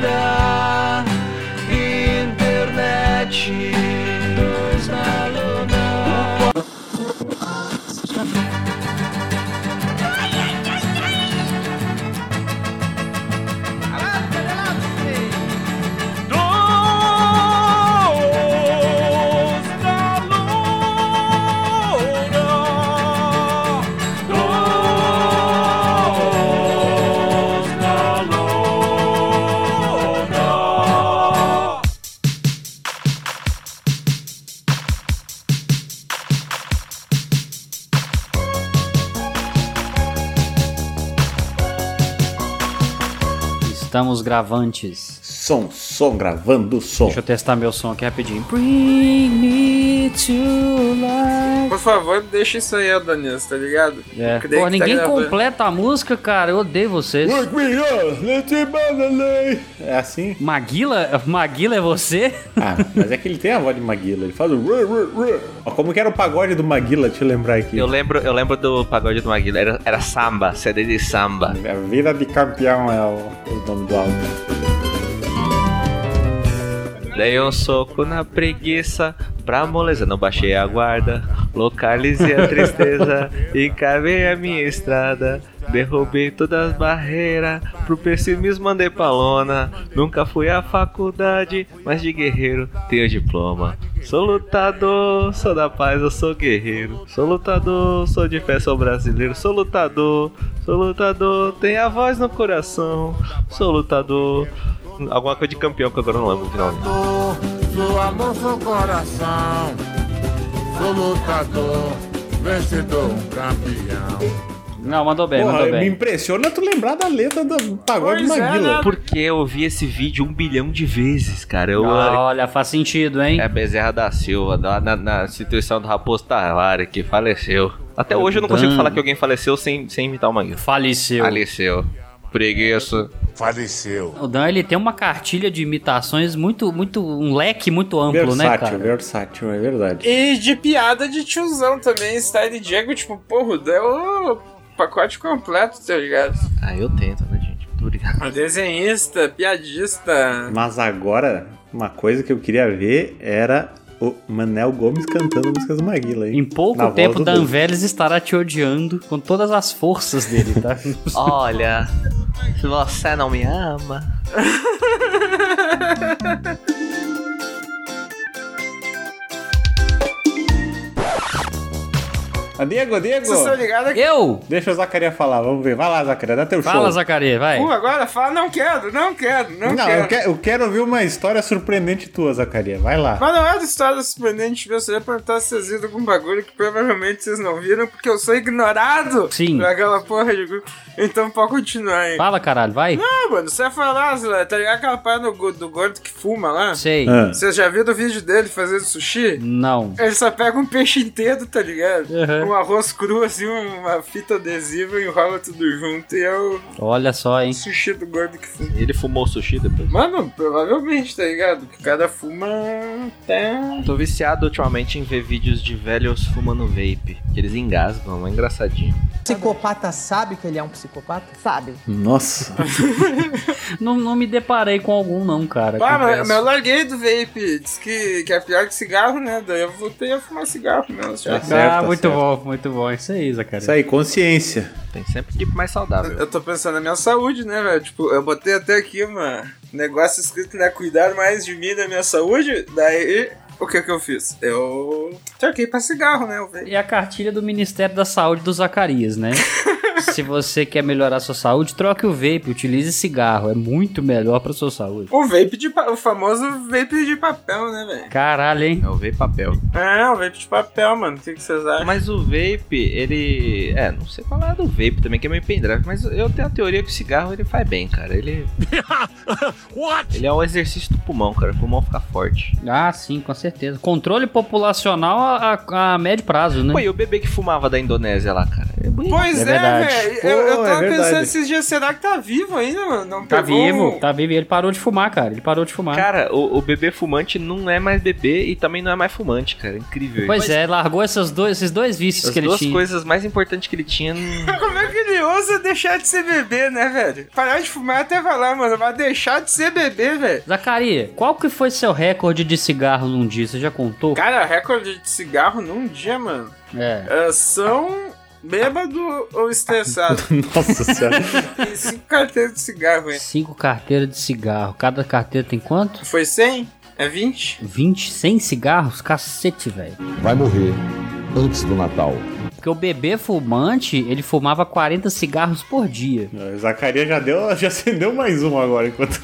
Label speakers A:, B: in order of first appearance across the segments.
A: da internet dos malandros. Dos da Lona. Dos da Lona.
B: Estamos gravantes.
C: Som, som, gravando som.
B: Deixa eu testar meu som aqui rapidinho. Bring me to life.
D: Por favor, deixa isso aí, Adonis, tá ligado?
B: É.
D: Cadê
B: Pô,
D: que
B: ninguém
D: tá gravando?
B: completa a música, cara. Eu odeio vocês.
C: Wake me up, let me banalay. É assim?
B: Maguila? Maguila é você?
C: Ah, mas é que ele tem a voz de Maguila. Ele faz o. ru, ru, ru. Ó, Como que era o pagode do Maguila? Deixa eu lembrar aqui.
E: Eu lembro, eu lembro do pagode do Maguila, era, era samba, CD de samba.
C: É A vida de campeão é o, o nome do álbum.
E: Dei um soco na preguiça, pra moleza não baixei a guarda. Localizei a tristeza, encavei a minha estrada. Derrubei todas as barreiras, pro pessimismo andei pra lona. Nunca fui à faculdade, mas de guerreiro tenho diploma. Sou lutador, sou da paz, eu sou guerreiro. Sou lutador, sou de fé, sou brasileiro. Sou lutador, sou lutador, tenho a voz no coração. Sou lutador. Alguma coisa de campeão que agora eu não lembro o final.
F: Sou amor, sou coração. Sou lutador, vencedor, campeão.
B: Não, mandou bem,
C: Porra,
B: mandou
C: me
B: bem. Ah,
C: impressiona tu lembrar da letra do pagode
D: Pois é,
C: Maguila.
D: né?
E: Porque eu vi esse vídeo um bilhão de vezes, cara. Eu,
B: Ah, olha, faz sentido, hein?
E: é Bezerra da Silva, da- na, na instituição do Raposo Tavares, que faleceu. Até hoje eu não consigo
B: Dan.
E: falar que alguém faleceu sem, sem imitar o Mangueira.
B: Faleceu.
E: Faleceu. Preguiça.
F: Faleceu.
B: O Dan, ele tem uma cartilha de imitações muito, muito, um leque muito amplo, né,
C: versátil,
B: cara?
C: versátil, é verdade.
D: E de piada de tiozão também, Style Diego, tipo, porra, deu o pacote completo, tá ligado?
E: Ah, eu tento, né, gente? Muito obrigado.
D: Desenhista, piadista.
C: Mas agora, uma coisa que eu queria ver era o Manel Gomes cantando músicas do Maguila, hein?
B: Em pouco
C: Na voz
B: tempo,
C: do
B: Dan
C: Dan.
B: Vélez estará te odiando com todas as forças dele, tá?
E: Olha, se você não me ama.
C: Ah, Diego, Diego!
D: Vocês estão ligados aqui?
B: Eu!
C: Deixa o Zacaria falar, vamos ver. Vai lá, Zacaria, dá teu show.
B: Fala, Zacarias, vai.
D: Uh, agora fala, não quero, não quero, não,
C: Não,
D: quero.
C: eu, que- eu quero ouvir uma história surpreendente tua, Zacaria. Vai lá.
D: Mas não é da história surpreendente, eu só ia perguntar se vocês viram algum um bagulho que provavelmente vocês não viram, porque eu sou ignorado
B: Sim.
D: por aquela porra de grupo. Então pode continuar aí.
B: Fala, caralho, vai.
D: Ah, mano, você ia falar, sei lá, tá ligado aquela parada do, do gordo que fuma lá?
B: Sei.
C: Ah.
D: Vocês já viram o vídeo dele fazendo sushi?
B: Não.
D: Ele só pega um peixe inteiro, tá ligado?
B: Uhum.
D: Um arroz cru, assim, uma fita adesiva, enrola tudo junto e é o um
B: Olha só, hein?
D: sushi do gordo que fuma.
E: Ele fumou sushi depois.
D: Mano, provavelmente, tá ligado? Porque o cara fuma até.
E: Tô viciado ultimamente em ver vídeos de velhos fumando vape. Que eles engasgam, é engraçadinho.
G: Psicopata sabe que ele é um psicopata? Sabe.
C: Nossa.
B: Não, não me deparei com algum, não, cara.
D: Ah, mas
B: confesso.
D: mas eu larguei do vape. Diz que, que é pior que cigarro, né? Daí eu voltei a fumar cigarro né? mesmo. já.
C: Tá certo,
B: ah,
C: tá
B: muito
C: certo.
B: bom, muito bom. É Isso aí, Zacarias.
C: Isso aí, consciência.
E: Tem sempre tipo mais saudável.
D: Eu tô pensando na minha saúde, né, velho? Tipo, eu botei até aqui uma um negócio escrito, né? Cuidar mais de mim e da minha saúde. Daí, o que que eu fiz? Eu troquei pra cigarro, né? o vape.
B: E a cartilha do Ministério da Saúde do Zacarias, né? Se você quer melhorar sua saúde, troque o vape, utilize cigarro. É muito melhor pra sua saúde.
D: O vape de pa- o famoso vape de papel, né, velho?
B: Caralho, hein?
E: É o vape papel.
D: É, o vape de papel, mano. O que que vocês acham?
E: Mas o vape, ele. É, não sei qual é do vape também, que é meio pendrive, mas eu tenho a teoria que o cigarro ele faz bem, cara. Ele. Ele é um exercício do pulmão, cara. O pulmão fica forte.
B: Ah, sim, com certeza. Controle populacional a, a- a médio prazo, né?
E: Pô, e o bebê que fumava da Indonésia lá, cara? É bonito.
D: Pois
B: É
D: é,
B: verdade.
D: velho.
C: Pô,
D: Eu, eu
C: é
D: tava
C: verdade.
D: pensando esses dias, será que tá vivo ainda, mano? Não
B: Tá
D: pegou
B: vivo,
D: um-
B: tá vivo. E ele parou de fumar, cara. Ele parou de fumar.
E: Cara, o, o bebê fumante não é mais bebê e também não é mais fumante, cara. Incrível.
B: pois é, largou essas dois, esses dois vícios
E: As
B: que ele
E: duas
B: tinha.
E: coisas mais importantes que ele tinha. não-
D: Como é que ele ousa deixar de ser bebê, né, velho? Parar de fumar até falar, mano, mas deixar de ser bebê, velho.
B: Zacaria, qual que foi seu recorde de cigarro num dia? Você já contou?
D: Cara, recorde de cigarro num dia, mano.
B: É.
D: É, são bêbado ou estressado.
C: Nossa senhora.
D: E cinco carteiras de cigarro, hein?
B: Cinco carteiras de cigarro. Cada carteira tem quanto?
D: Foi 100? É 20?
B: 20, 100 cigarros? Cacete, velho.
H: Vai morrer antes do Natal.
B: Porque o bebê fumante, ele fumava 40 cigarros por dia.
C: O Zacaria já deu, já acendeu mais um agora enquanto.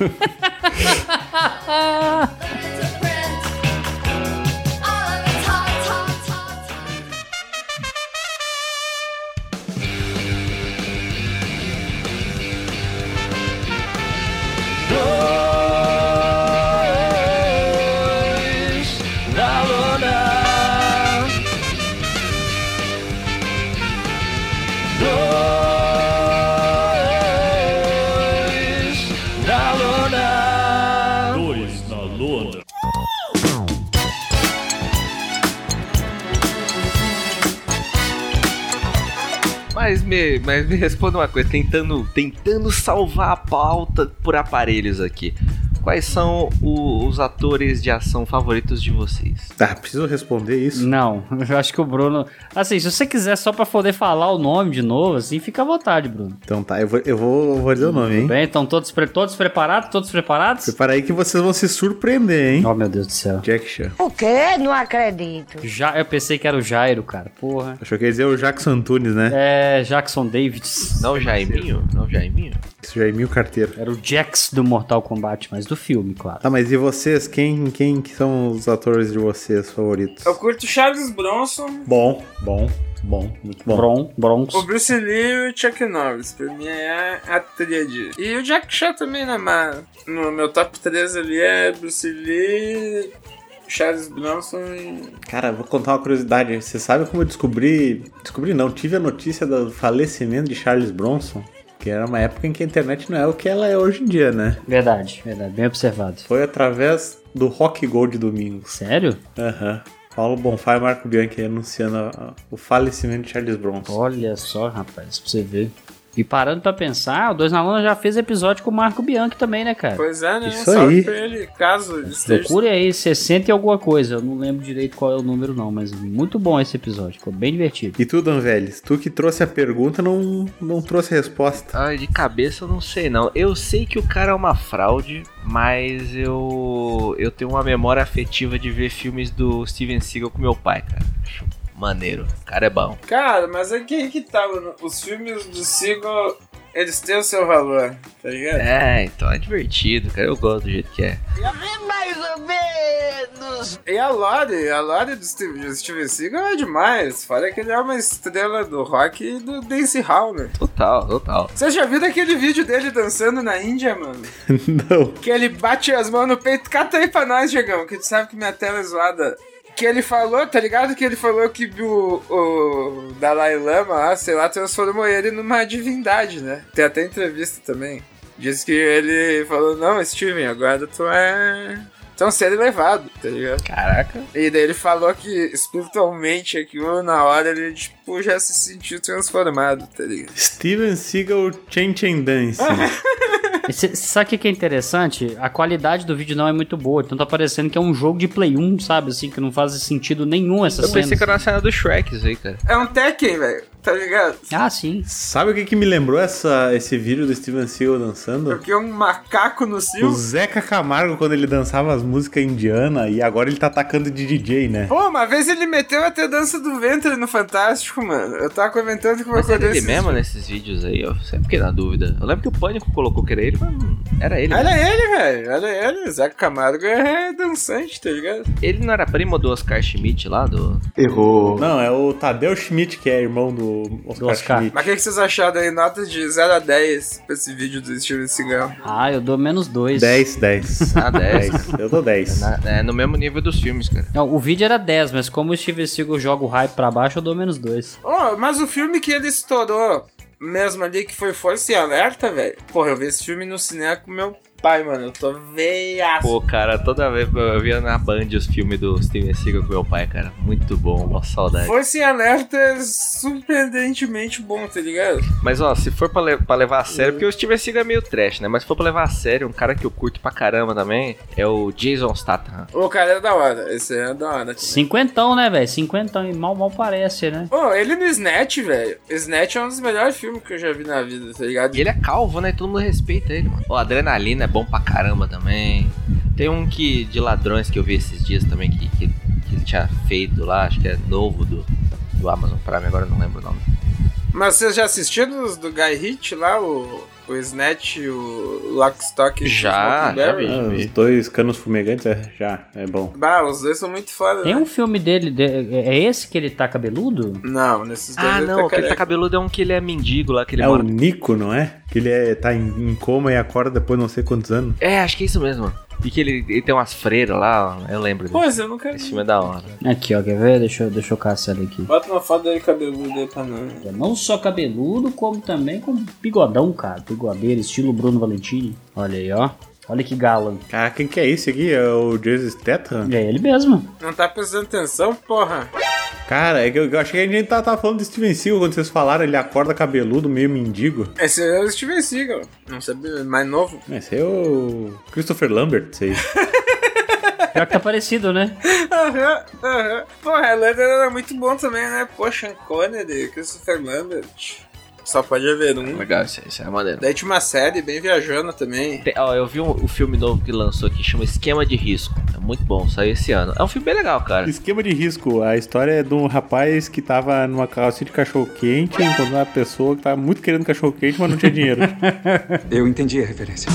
E: Mas me, mas me responda uma coisa, tentando, tentando salvar a pauta por aparelhos aqui. Quais são o- os atores de ação favoritos de vocês?
C: Tá, preciso responder isso.
B: Não, eu acho que o Bruno. Assim, se você quiser só pra poder falar o nome de novo, assim, fica à vontade, Bruno.
C: Então tá, eu vou, eu vou, eu vou dizer o nome, hein?
B: Bem, então todos, pre- todos preparados? Todos preparados?
C: Prepara aí que vocês vão se surpreender, hein?
B: Oh, meu Deus do céu.
C: Jack Chan.
I: O quê? Não acredito.
B: Já, eu pensei que era o Jairo, cara. Porra.
C: Achou que ia dizer o Jackson Antunes, né?
B: É, Jackson Davis.
E: Não o Jaiminho? Não o Jaiminho?
C: Isso já é mil carteiro.
B: Era o Jax do Mortal Kombat, mas do filme, claro.
C: Tá, mas e vocês? Quem, quem que são os atores de vocês favoritos?
D: Eu curto Charles Bronson,
C: Bom, bom, bom, muito bom.
B: Bron, Bronx.
D: o Bruce Lee e o Chuck Norris. Pra mim é a tríade. E o Jack Chan também, né, mas no meu top 3 ali é Bruce Lee, Charles Bronson e...
C: Cara, vou contar uma curiosidade. Você sabe como eu descobri. Descobri não, tive a notícia do falecimento de Charles Bronson? Que era uma época em que a internet não é o que ela é hoje em dia, né?
B: Verdade, verdade. Bem observado.
C: Foi através do Rock Gold Domingos.
B: Sério?
C: Aham. Paulo Bonfá e Marco Bianchi anunciando a- a- o falecimento de Charles Bronson.
B: Olha só, rapaz, pra você ver. E parando pra pensar, o Dois na Lona já fez episódio com o Marco Bianchi também, né, cara?
D: Pois é, né?
C: Isso
D: Salve
C: aí.
D: pra ele, caso ele esteja...
B: Procure aí, 60 e alguma coisa. Eu não lembro direito qual é o número, não, mas muito bom esse episódio. Ficou bem divertido.
C: E tu, Dan Vélez, tu que trouxe a pergunta, não, não trouxe a resposta.
E: Ah, de cabeça eu não sei não. Eu sei que o cara é uma fraude, mas eu eu tenho uma memória afetiva de ver filmes do Steven Seagal com meu pai, cara. Acho maneiro. O cara é bom.
D: Cara, mas é que aí que tá, mano. Os filmes do Seagal, eles têm o seu valor, tá ligado?
E: É, então é divertido, cara. Eu gosto do jeito que é.
I: Mais ou menos.
D: E a Lore, a Lore do Steve, do Steven Seagal é demais. Fora que ele é uma estrela do rock e do dance hall, né?
E: Total, total.
D: Vocês já viram aquele vídeo dele dançando na Índia, mano?
C: não.
D: Que ele bate as mãos no peito. Cata aí pra nós, Diegão, que tu sabe que minha tela é zoada. Que ele falou, tá ligado? Que ele falou que o, o Dalai Lama, lá, sei lá, transformou ele numa divindade, né? Tem até entrevista também. Diz que ele falou, não, Steven, agora tu é... Tu é um ser elevado, tá ligado?
E: Caraca.
D: E daí ele falou que espiritualmente aquilo, na hora, ele, tipo, já se sentiu transformado, tá ligado?
C: Steven Seagal Chen Chen Dance.
B: E cê- sabe o que que é interessante? A qualidade do vídeo não é muito boa. Então tá parecendo que é um jogo de Play 1, sabe? Assim, que não faz sentido nenhum essa
E: Eu
B: cena.
E: pensei que era uma cena do Shrek isso aí, cara.
D: É um Tekken, velho. tá ligado?
B: Ah, sim.
C: Sabe o que, que me lembrou essa, esse vídeo do Steven Seagal dançando?
D: Porque um macaco no
C: O
D: cio.
C: Zeca Camargo, quando ele dançava as músicas indianas, e agora ele tá atacando de DJ, né?
D: Pô, uma vez ele meteu até dança do ventre no Fantástico, mano. Eu tava comentando com uma
E: Mas
D: coisa
E: era ele mesmo nesses vídeos aí, eu sempre fiquei na dúvida. Eu lembro que o Pânico colocou que era ele, mas hum, era ele.
D: Olha ele, velho. Olha ele. Zeca Camargo é dançante, tá ligado?
E: Ele não era primo do Oscar Schmidt lá, do...
C: Não, é o Tadeu Schmidt, que é irmão do Oscar,
B: Oscar.
C: Schmidt.
D: Mas o que, que vocês acharam aí? Nota de 0 a 10 pra esse vídeo do Steven Seagal.
B: Ah, eu dou menos dois.
C: 10, 10.
E: Ah, 10.
C: Eu dou 10.
E: Na- é no mesmo nível dos filmes, cara.
B: Não, o vídeo era 10, mas como o Steven Seagal joga o hype pra baixo, eu dou menos dois.
D: Oh, mas o filme que ele estourou mesmo ali, que foi Força e Alerta, velho. Porra, eu vi esse filme no cinema com meu pai, mano. Eu tô veiaço.
E: Pô, cara, toda vez eu via na Band os filmes do Steven Seagal com meu pai, cara. Muito bom, uma saudade.
D: Força e Alerta é surpreendentemente bom, tá ligado?
E: Mas ó, se for pra, le- pra levar a sério, porque o Steven Seagal é meio trash, né? Mas se for pra levar a sério, um cara que eu curto pra caramba também é o Jason Statham.
D: O cara é da hora. Esse é da hora.
B: Cinquentão, né, velho? Cinquentão, e mal, mal parece, né?
D: Pô, ele no Snatch, velho. Snatch é um dos melhores filmes que eu já vi na vida, tá ligado?
E: E ele é calvo, né? Todo mundo respeita ele, mano. Ó, Adrenalina é bom pra caramba também. Tem um que de ladrões que eu vi esses dias também que, que, que ele tinha feito lá, acho que é novo do, do Amazon Prime, agora eu não lembro o nome.
D: Mas vocês já assistiram os do Guy Ritchie lá, o, o Snatch, o Lockstock e o
E: Já,
D: Smoking
E: já
D: Barrel?
E: vi.
C: Ah, os dois canos fumegantes, é, já, é bom.
D: Bah, os dois são muito foda,
B: Tem
D: né?
B: um filme dele, de- é esse que ele tá cabeludo?
D: Não, nesses dois
E: Ah,
D: ele
E: não,
D: tá
E: aquele tá
D: careca.
E: cabeludo é um que ele é mendigo lá, que ele
C: é
E: mora.
C: o Nico, não é? Que ele é, tá em, em coma e acorda depois não sei quantos anos.
E: É, acho que é isso mesmo. mano. E que ele, ele tem umas freiras lá, ó, eu lembro.
D: Pô,
E: dele.
D: esse eu nunca
E: Esse
D: vi.
E: filme é da hora.
B: Aqui, ó, quer ver? Deixa, eu- deixa eu caçar ele aqui.
D: Bota uma foto dele cabeludo aí pra nós.
B: Não só cabeludo, como também com bigodão, cara. Bigodeiro, estilo Bruno Valentini. Olha aí, ó. Olha que gala.
C: Cara, quem que é esse aqui? É o Jason Statham?
B: É ele mesmo.
D: Não tá prestando atenção, porra.
C: Cara, é que eu, eu achei que a gente tava, tava falando de Steven Seagal quando vocês falaram, ele acorda cabeludo, meio mendigo.
D: Esse é o Steven Seagal. Não sabia, mais novo.
C: Esse é o Christopher Lambert, sei.
B: Pior que tá parecido, né?
D: Aham, aham. Porra, a Lander era muito bom também, né? Pô, Sean Connery, Christopher Lambert. Só pode haver um.
E: Legal, isso, isso é maneiro.
D: Daí tinha uma série bem viajando também.
E: Tem- ó, eu vi um, o filme novo que lançou aqui, chama Esquema de Risco. É muito bom, saiu esse ano. É um filme bem legal, cara.
C: Esquema de risco. A história é de um rapaz que tava numa calcinha de cachorro quente, encontrou uma pessoa que tava muito querendo cachorro quente, mas não tinha dinheiro.
J: Eu entendi a referência.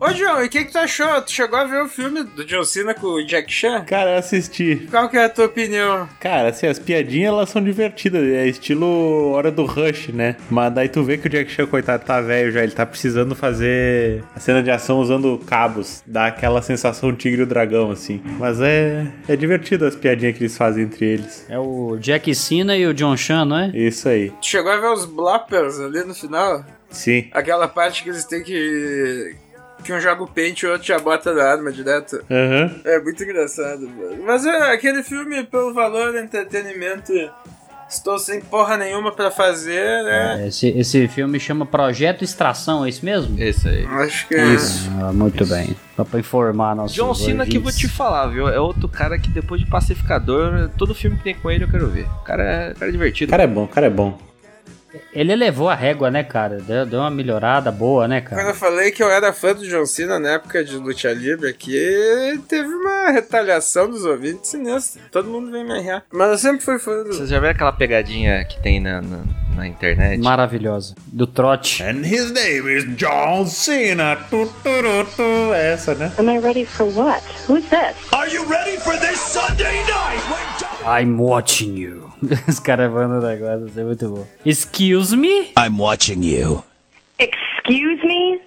D: Ô, John, e o que, que tu achou? Tu chegou a ver o filme do John Cena com o Jack Chan?
C: Cara, eu assisti.
D: Qual que é a tua opinião?
C: Cara, assim, as piadinhas elas são divertidas. É estilo Hora do Rush, né? Mas daí tu vê que o Jack Chan, coitado, tá velho já. Ele tá precisando fazer a cena de ação usando cabos. Dá aquela sensação tigre e o dragão, assim. Mas é, é divertido as piadinhas que eles fazem entre eles.
B: É o Jack Cena e o John Chan, não é?
C: Isso aí.
D: Tu chegou a ver os bloppers ali no final?
C: Sim.
D: Aquela parte que eles têm que. Que um joga o pente e o outro já bota na arma direto.
C: Aham.
D: É muito engraçado, mano. Mas é, aquele filme, pelo valor do entretenimento, estou sem porra nenhuma pra fazer, né?
B: É, Esse, esse filme chama Projeto Extração, é isso mesmo?
E: Esse aí.
D: Acho que. é
C: Isso.
B: Ah, muito bem. Só pra informar nossos
E: John Cena que eu vou te
B: ouvintes.
E: falar, viu? É outro cara que depois de Pacificador, todo filme que tem com ele eu quero ver. O cara é, o cara é
C: O
E: divertido.
C: cara é bom, o cara é bom.
B: Ele elevou a régua, né, cara? Deu, deu uma melhorada boa, né,
D: Quando
B: cara?
D: eu falei que eu era fã do John Cena na época de Lucha Livre aqui, teve uma retaliação dos ouvintes sinistra. Todo mundo vem me arrear. Mas eu sempre fui fã do.
E: Vocês já viram aquela pegadinha que tem na, na, na internet?
B: Maravilhosa. Do trote.
E: É.
C: And his name is John Cena. Tu, tu, tu, tu. É Essa, né?
I: Am I ready for what? Who's this?
B: I'm watching you. Os caras vão no negócio, isso é muito bom. Excuse me?
I: Excuse me?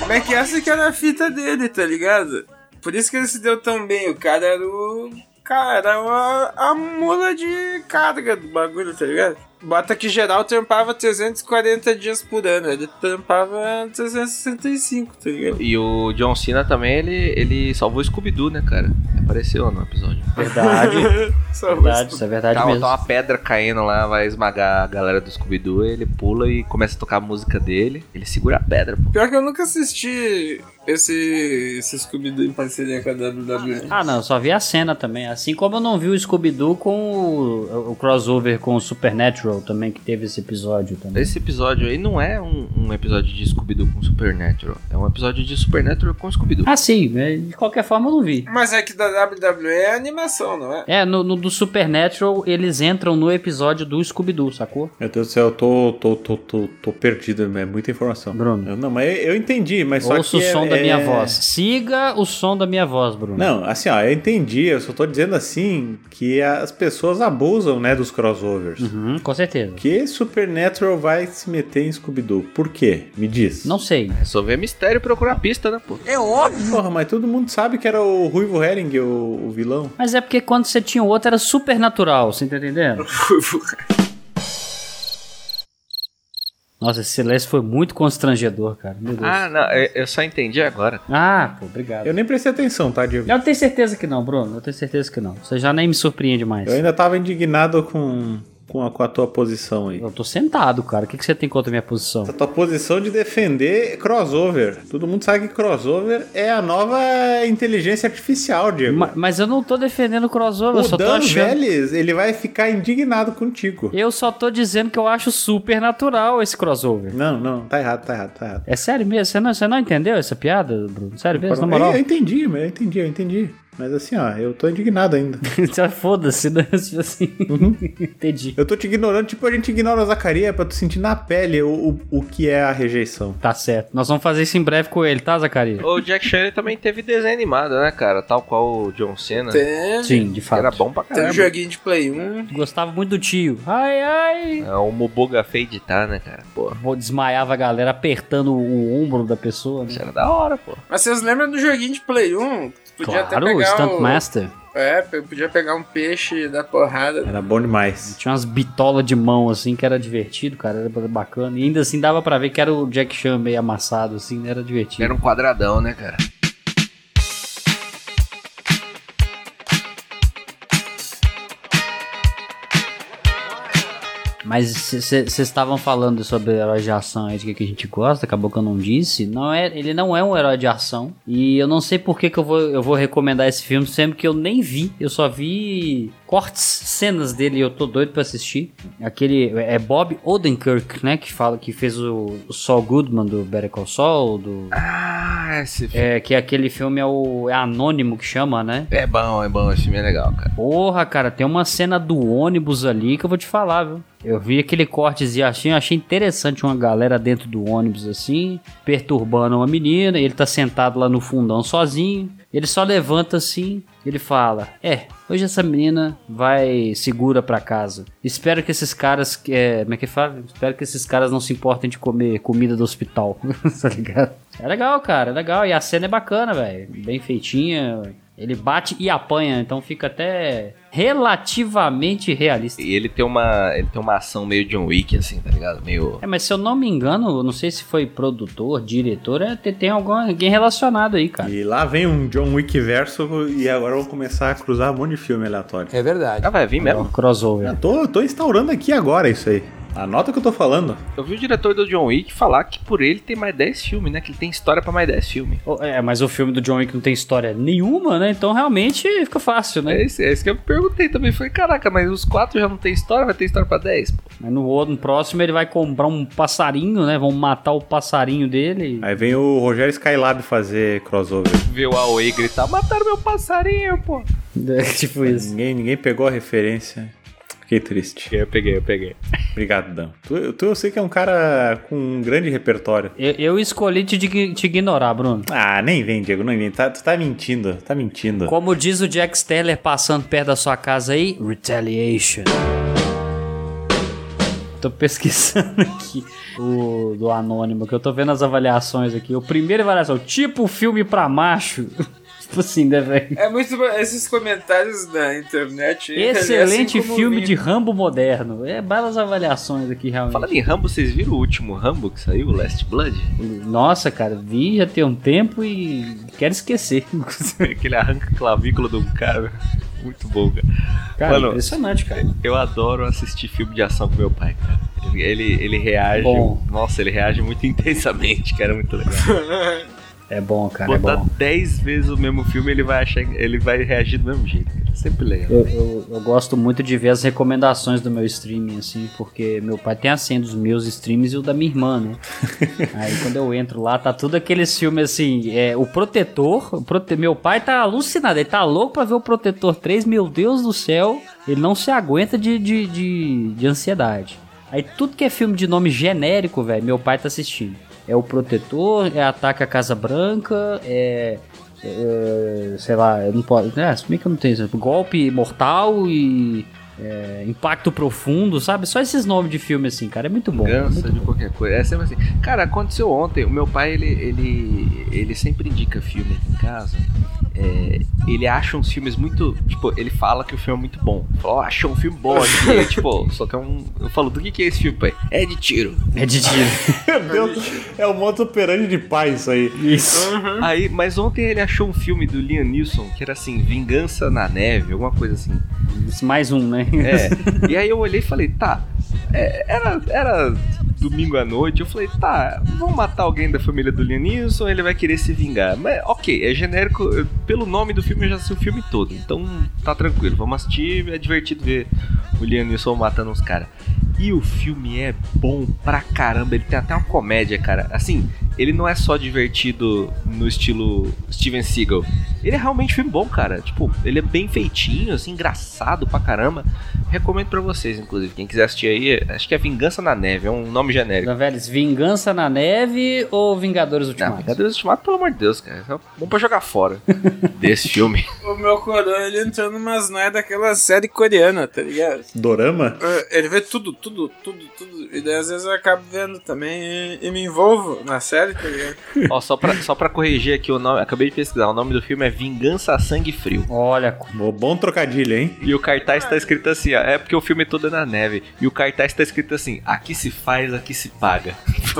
D: Como é que essa que era a fita dele, tá ligado? Por isso que ele se deu tão bem. O cara era o. Cara, era a, a mula de carga do bagulho, tá ligado? Bota que geral trampava 340 dias por ano. Ele trampava 365, tá ligado?
E: E o John Cena também, ele, ele salvou o Scooby-Doo, né, cara? Apareceu no episódio.
B: Verdade,
D: Só
B: verdade, isso é verdade
E: Tá,
B: mesmo.
E: tá uma pedra caindo lá, vai esmagar a galera do Scooby-Doo, ele pula e começa a tocar a música dele, ele segura a pedra, pô.
D: Pior que eu nunca assisti esse, esse Scooby-Doo em parceria com a WWE.
B: Ah, não, eu só vi a cena também. Assim como eu não vi o Scooby-Doo com o, o crossover com o Supernatural também, que teve esse episódio também.
E: Esse episódio aí não é um, um episódio de Scooby-Doo com Supernatural, é um episódio de Supernatural com Scooby-Doo.
B: Ah, sim, né, de qualquer forma eu não vi.
D: Mas é que da WWE é animação, não é?
B: É, no, no do Supernatural eles entram no episódio do Scooby-Doo, sacou?
C: Meu Deus do céu, eu tô, tô, tô, tô, tô perdido, é muita informação.
B: Bruno.
C: Eu- não, mas eu, eu entendi, mas só
B: Ouça o
C: que é-
B: som da
C: é-
B: minha voz. Siga o som da minha voz, Bruno.
C: Não, assim, ó, eu entendi, eu só tô dizendo assim que as pessoas abusam, né, dos crossovers.
B: Uhum, com certeza.
C: Que Supernatural vai se meter em Scooby-Doo? Por quê? Me diz.
B: Não sei.
E: Resolver É mistério e procurar pista, né, pô?
C: Porra, mas todo mundo sabe que era o Ruivo Hering, o, o vilão.
B: Mas é porque quando você tinha o outro era supernatural, você tá entendendo? Nossa, esse silêncio foi muito constrangedor, cara. Meu Deus.
E: Ah, não, eu, eu só entendi agora.
B: Ah, pô, obrigado.
C: Eu nem prestei atenção, tá, Diego?
B: Eu tenho certeza que não, Bruno. Eu tenho certeza que não. Você já nem me surpreende mais.
C: Eu ainda tava indignado com, com, a, com a tua posição aí.
B: Eu tô sentado, cara. O que, que você tem contra a minha posição?
C: Essa tua posição de defender crossover. Todo mundo sabe que crossover é a nova inteligência artificial, Diego.
B: Ma- mas eu não tô defendendo o crossover, eu
C: o
B: só tô
C: Dan
B: achando.
C: Vélez, ele vai ficar indignado contigo.
B: Eu só tô dizendo que eu acho supernatural esse crossover.
C: Não, não, tá errado, tá errado, tá errado.
B: É sério mesmo? Você não, você não entendeu essa piada, Bruno? Sério mesmo? Na moral?
C: Eu, eu entendi, mas eu entendi, eu entendi. Mas assim, ó, eu tô indignado ainda.
B: Você- Foda-se, né? Tipo assim.
C: Uhum.
B: Entendi.
C: Eu tô te ignorando, tipo a gente ignora o Zacaria pra tu sentir na pele o, o, o que é a rejeição.
B: Tá certo. Nós vamos fazer isso em breve com ele, tá, Zacarias?
E: O Jack Chan ele também teve desenho animado, né, cara? Tal qual o John Cena. que
D: É. Tem,
B: Sim, de fato.
E: Era bom pra
D: tem um
E: caramba.
D: joguinho de Play 1.
B: Gostava muito do tio. Ai, ai.
E: É o Moboga feio de tá, né, cara? Pô,
B: Pô, Desmaiava a galera apertando o ombro da pessoa, né?
E: isso era da hora, pô.
D: Mas vocês lembram do joguinho de Play 1? Tu Podia até
B: Claro, o
D: pegar
B: Stunt
D: o-
B: Master.
D: É, pe- podia pegar um peixe da porrada.
C: Era bom demais.
B: Tinha umas bitolas de mão, assim, que era divertido, cara. Era bacana. E ainda assim dava pra ver que era o Jack Chan meio amassado, assim, né? Era divertido.
E: Era um quadradão, né, cara?
B: Mas vocês estavam falando sobre heróis de ação aí, de que que a gente gosta, acabou que eu não disse. Não é, ele não é um herói de ação. E eu não sei por que, que eu, vou, eu vou recomendar esse filme, sendo que eu nem vi. Eu só vi cortes, cenas dele e eu tô doido pra assistir. Aquele. É Bob Odenkirk, né? Que fala que fez o, o Saul Goodman do Better Call Saul, do.
E: Ah, esse filme.
B: É, que aquele filme é o. É anônimo que chama, né?
E: É bom, é bom, esse filme é legal, cara.
B: Porra, cara, tem uma cena do ônibus ali que eu vou te falar, viu? Eu vi aquele cortes e achei, achei interessante uma galera dentro do ônibus assim, perturbando uma menina, ele tá sentado lá no fundão sozinho. Ele só levanta assim, ele fala: "É, hoje essa menina vai segura pra casa. Espero que esses caras, é, como é que fala? Espero que esses caras não se importem de comer comida do hospital." tá ligado? É legal, cara, é legal. E a cena é bacana, velho. Bem feitinha. Ele bate e apanha, então fica até relativamente realista.
E: E ele tem uma. Ele tem uma ação meio John Wick, assim, tá ligado? Meio.
B: É, mas se eu não me engano, eu não sei se foi produtor, diretor, é, tem, tem algum, alguém relacionado aí, cara.
C: E lá vem um John Wick verso e agora vão começar a cruzar um monte de filme aleatório.
D: É verdade.
E: Ah, vai vir
B: Um
E: mesmo.
C: Eu
B: crossover.
C: tô, eu tô instaurando aqui agora isso aí. Anota o que eu tô falando.
E: Eu vi o diretor do John Wick falar que por ele tem mais 10 filmes, né? Que ele tem história pra mais 10 filmes.
B: Oh, É, mas o filme do John Wick não tem história nenhuma, né? Então realmente fica fácil, né?
E: É isso, é isso que eu perguntei também. Falei, caraca, mas os quatro já não tem história, vai ter história pra 10? Pô.
B: Mas no outro, no próximo, ele vai comprar um passarinho, né? Vão matar o passarinho dele.
C: Aí vem o Rogério Skylab fazer crossover.
E: Ver o Aoi gritar, mataram meu passarinho, pô. É.
B: tipo isso.
C: Ninguém, ninguém pegou a referência. Fiquei triste.
E: Eu peguei, eu peguei.
C: Obrigado, Dan. Tu, tu eu sei que é um cara com um grande repertório.
B: Eu, eu escolhi te, dig- te ignorar, Bruno.
C: Ah, nem vem, Diego, nem vem. Tá, tu tá mentindo, tá mentindo.
B: Como diz o Jack Steller passando perto da sua casa aí, Retaliation. Tô pesquisando aqui o do Anônimo, que eu tô vendo as avaliações aqui. O primeiro avaliação, tipo filme pra macho. Tipo assim, né, velho?
D: É muito bom. Esses comentários na internet.
B: Excelente
D: assim como
B: filme
D: o
B: de
D: mim.
B: Rambo moderno. É belas avaliações aqui, realmente.
E: Falando em Rambo, vocês viram o último Rambo que saiu, o Last Blood?
B: Nossa, cara, vi já tem um tempo e quero esquecer.
E: que ele arranca a clavícula de um cara. Muito bom, cara.
B: Cara,
E: Mano,
B: impressionante, cara.
E: Eu adoro assistir filme de ação com meu pai, cara. Ele, ele- ele reage.
B: Bom.
E: Nossa, ele reage muito intensamente, cara. É muito legal.
B: É bom, cara, é
E: Botar
B: bom.
E: 10 vezes o mesmo filme, ele vai achar. Ele vai reagir do mesmo jeito, cara. Sempre legal.
B: Eu, eu- eu gosto muito de ver as recomendações do meu streaming, assim, porque meu pai tem a senha dos meus streams e o da minha irmã, né? Aí quando eu entro lá, tá tudo aqueles filmes assim, é, o Protetor, o prote- meu pai tá alucinado, ele tá louco pra ver o Protetor 3, meu Deus do céu, ele não se aguenta de, de, de, de ansiedade. Aí tudo que é filme de nome genérico, velho, meu pai tá assistindo. É o Protetor, é Ataque à Casa Branca, é é, sei lá, eu não posso. É, se bem que eu não tenho exemplo. Golpe mortal e. é, impacto profundo, sabe? Só esses nomes de filme assim, cara. É muito bom. é
E: Cansa
B: muito
E: de
B: bom.
E: qualquer coisa. É sempre assim. Cara, aconteceu ontem. O meu pai, ele, ele, ele sempre indica filme aqui em casa. É, ele acha uns filmes muito. Tipo, ele fala que o filme é muito bom. Fala, ó, achou um filme bom aqui. Aí, tipo, só tem um. Eu falo, do que, que é esse filme, pai? É de tiro.
B: É de tiro.
C: Meu Deus, é o modo operante de pai isso aí.
B: Isso.
E: Aí, mas ontem ele achou um filme do Liam Neeson que era assim, Vingança na Neve, alguma coisa assim.
B: Isso, Mais um, né?
E: É. e aí eu olhei e falei, tá. é, era, era domingo à noite, eu falei, tá, vamos matar alguém da família do Liam Neeson, ele vai querer se vingar. Mas ok, é genérico, eu- pelo nome do filme eu já sei o filme todo, então tá tranquilo, vamos assistir, é divertido ver o Liam Neeson matando uns caras. E o filme é bom pra caramba, ele tem até uma comédia, cara. Assim, ele não é só divertido no estilo Steven Seagal. Ele é realmente um filme bom, cara. Tipo, ele é bem feitinho, assim, engraçado pra caramba. Recomendo pra vocês, inclusive. Quem quiser assistir aí, acho que é Vingança na Neve, é um nome genérico.
B: Então, velhos, Vingança na Neve ou Vingadores
E: Não,
B: Ultimatos?
E: Vingadores Ultimato, pelo amor de Deus, cara. Isso é bom pra jogar fora desse filme.
D: O meu coroa, ele entrou numa noia daquela série coreana, tá ligado?
C: Dorama?
D: É, Ele vê tudo, tudo, tudo, tudo. E daí às vezes eu acabo vendo também e, e me envolvo na série, tá ligado?
E: Ó, só pra, só pra corrigir aqui o nome, acabei de pesquisar, o nome do filme é Vingança a Sangue Frio.
B: Olha, co-
C: Bo- Bom trocadilho, hein?
E: E o cartaz tá escrito assim, ó. É porque o filme todo é na neve. E o cartaz tá escrito assim: aqui se faz, aqui se paga.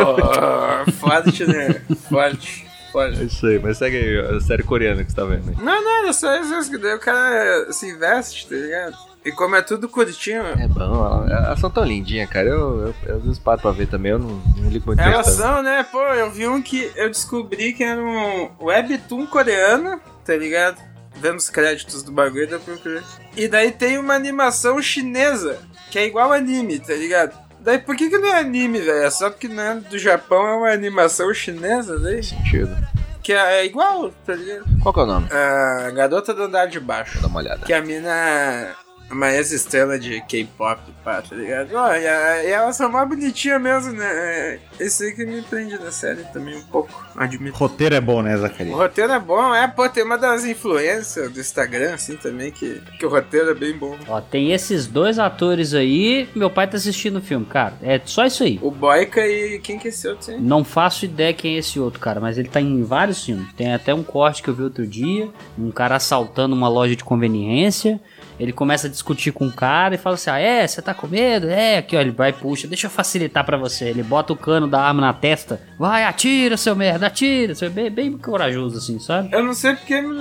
D: Oh, forte, né? Forte, forte.
E: É isso aí, mas segue aí, ó, a série coreana que você tá vendo aí.
D: Não, não, não sei isso que daí o cara se investe, tá ligado? E como é tudo curtinho,
E: É bom, elas são tão lindinhas, cara. Eu, eu, eu às vezes paro pra ver também, eu não, não ligo muito pra
D: elas
E: isso, não.
D: são, né? Pô, eu vi um que eu descobri que era um webtoon coreano, tá ligado? Vendo os créditos do bagulho, dá pra ver. E daí tem uma animação chinesa, que é igual anime, tá ligado? Daí por que, que não é anime, velho? É só porque não é do Japão, é uma animação chinesa, daí?
E: Sentido.
D: Que é, é igual, tá ligado?
E: Qual que é o nome?
D: A Garota do Andar de Baixo.
E: Dá uma olhada.
D: Que a mina é uma ex-estrela de K-pop, pá, tá ligado? Ó, e, a- e elas são mó bonitinhas mesmo, né? É, Esse aí que me prende na série também um pouco, admito.
C: Roteiro é bom, né,
D: O
C: Zacarias?
D: roteiro é bom, é, pô, tem uma das influências do Instagram, assim, também, que, que o roteiro é bem bom.
B: ó, tem esses dois atores aí. Meu pai tá assistindo o filme, cara. É só isso aí.
D: O Boica e quem que é esse outro, hein?
B: Não faço ideia quem é esse outro cara, mas ele tá em vários filmes. Tem até um corte que eu vi outro dia, um cara assaltando uma loja de conveniência. Ele começa a discutir com o cara e fala assim: "Ah, é, você tá com medo? É, aqui ó, ele vai e puxa, deixa eu facilitar pra você". Ele bota o cano da arma na testa. Vai, atira, seu merda, atira. Você é bem, bem corajoso assim, sabe?
D: Eu não sei porque me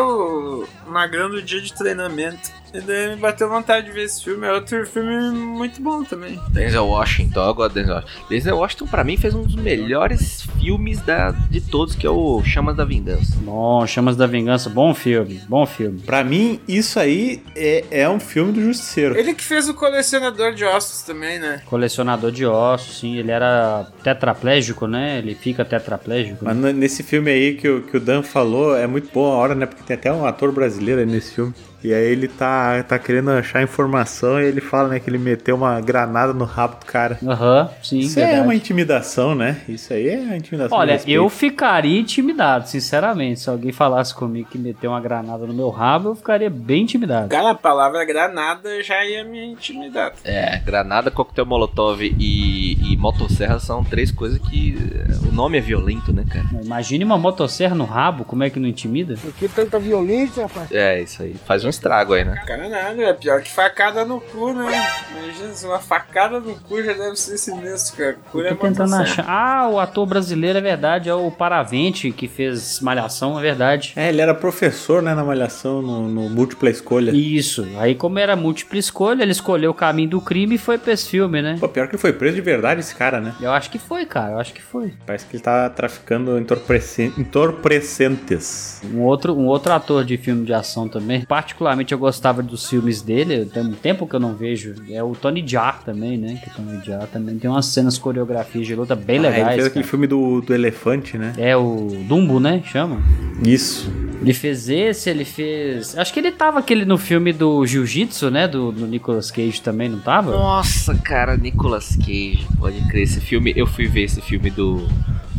D: lembrou o Magrão do dia de treinamento. E daí me bateu vontade de ver esse filme. É outro filme muito bom também.
E: Denzel Washington, eu gosto do Denzel Washington. Denzel Washington, pra mim, fez um dos melhores filmes da, de todos, que é o Chamas da Vingança.
B: Bom, Chamas da Vingança, bom filme, bom filme.
C: Pra mim, isso aí é, é um filme do Justiceiro.
D: Ele que fez o colecionador de ossos também, né?
B: Colecionador de ossos, sim, ele era tetraplégico, né? Ele fica tetraplégico. né?
C: Mas n- nesse filme aí que o, que o Dan falou, é muito boa a hora, né? Porque tem até um ator brasileiro aí nesse filme. E aí ele tá, tá querendo achar informação e ele fala, né, que ele meteu uma granada no rabo do cara.
B: Aham, sim,
C: Isso
B: verdade.
C: é uma intimidação, né? Isso aí é uma intimidação. de
B: Olha,
C: respeito.
B: eu ficaria intimidado, sinceramente. Se alguém falasse comigo que meteu uma granada no meu rabo, eu ficaria bem intimidado.
D: Cara, a
B: É.
D: palavra granada já ia me intimidar.
E: É, Granada, Coquetel Molotov e, e motosserra são três coisas que. eh, O nome é violento, né, cara?
B: Imagine uma motosserra no rabo, como é que não intimida?
K: Que tanta violência, rapaz.
E: É, isso aí. Faz um estrago aí, né?
D: Caralho, é pior que facada no cu, né? Imagina, se uma facada no cu já deve ser sinistro, cara. Cura é
B: Tô tentando
D: motosserra.
B: achar. Ah, o ator brasileiro é verdade, é o Paravente que fez Malhação, é verdade.
C: É, ele era professor, né, na Malhação, no, no Múltipla Escolha.
B: Isso. Aí, como era múltipla escolha, ele escolheu o caminho do crime e foi pra esse filme, né?
C: Pô, pior que foi preso de verdade esse cara, né?
B: Eu acho que foi, cara. Eu acho que foi.
C: Parece que ele tá traficando entorpece- entorpecentes.
B: Um outro, um outro ator de filme de ação também. Particularmente eu gostava dos filmes dele. Tem um tempo que eu não vejo. É o Tony Jaa também, né? Que o Tony Jaa também tem umas cenas coreografias de luta bem
C: Ah, ele
B: legais.
C: fez aquele
B: cara.
C: filme do, do elefante, né?
B: É o Dumbo, né? Chama.
C: Isso.
B: Ele fez esse, ele fez. Acho que ele tava aquele no filme do Jiu-Jitsu, né? Do, do Nicolas Cage também, não tava?
E: Nossa, cara, Nicolas Cage, pode crer. Esse filme, eu fui ver esse filme do,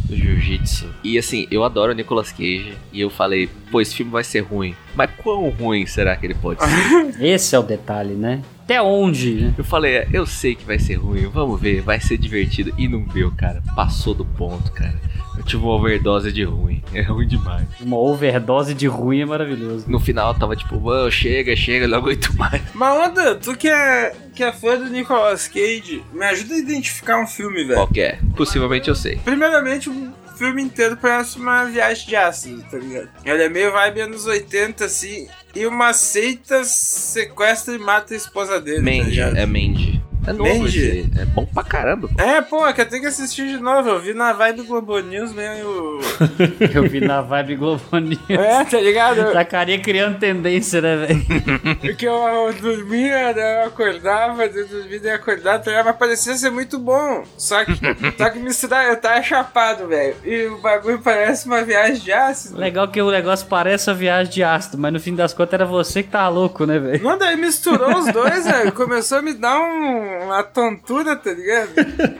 E: do Jiu-Jitsu. E assim, eu adoro o Nicolas Cage. E eu falei, pô, esse filme vai ser ruim. Mas quão ruim será que ele pode ser?
B: Esse é o detalhe, né? Até onde, né?
E: Eu falei, é, eu sei que vai ser ruim, vamos ver, vai ser divertido. E não deu, cara. Passou do ponto, cara. Eu tive uma overdose de ruim. É ruim demais.
B: Uma overdose de ruim é maravilhoso.
E: No final eu tava tipo, mano, chega, chega, eu não aguento mais.
D: Mas, Onda, tu que é, que é fã do Nicolas Cage, me ajuda a identificar um filme, velho.
E: Qual que é? Possivelmente eu sei.
D: Primeiramente, um filme inteiro parece uma viagem de ácido, tá ligado? Ele é meio vibe anos 80, assim, e uma seita sequestra e mata a esposa dele, tá
E: Mandy,
D: ligado?
E: é Mandy. É novo
D: Mandy?
E: esse. É bom pra caramba, pô.
D: É, pô, é que eu tenho que assistir de novo. Eu vi na vibe Globo News meio.
B: Eu vi na vibe Globo News.
D: É, tá ligado?
B: Sacaria criando tendência, né, velho?
D: Porque eu, eu dormia, né, eu acordava, eu dormia e acordava, tá ligado? mas parecia ser muito bom. Só que, só que misturar, eu tava chapado, velho. E o bagulho parece uma viagem de né? ácido.
B: Legal que o negócio parece a viagem de ácido, mas no fim das contas era você que tava louco, né, velho?
D: Não, daí misturou os dois, velho. Começou a me dar um- uma tontura, tá ligado?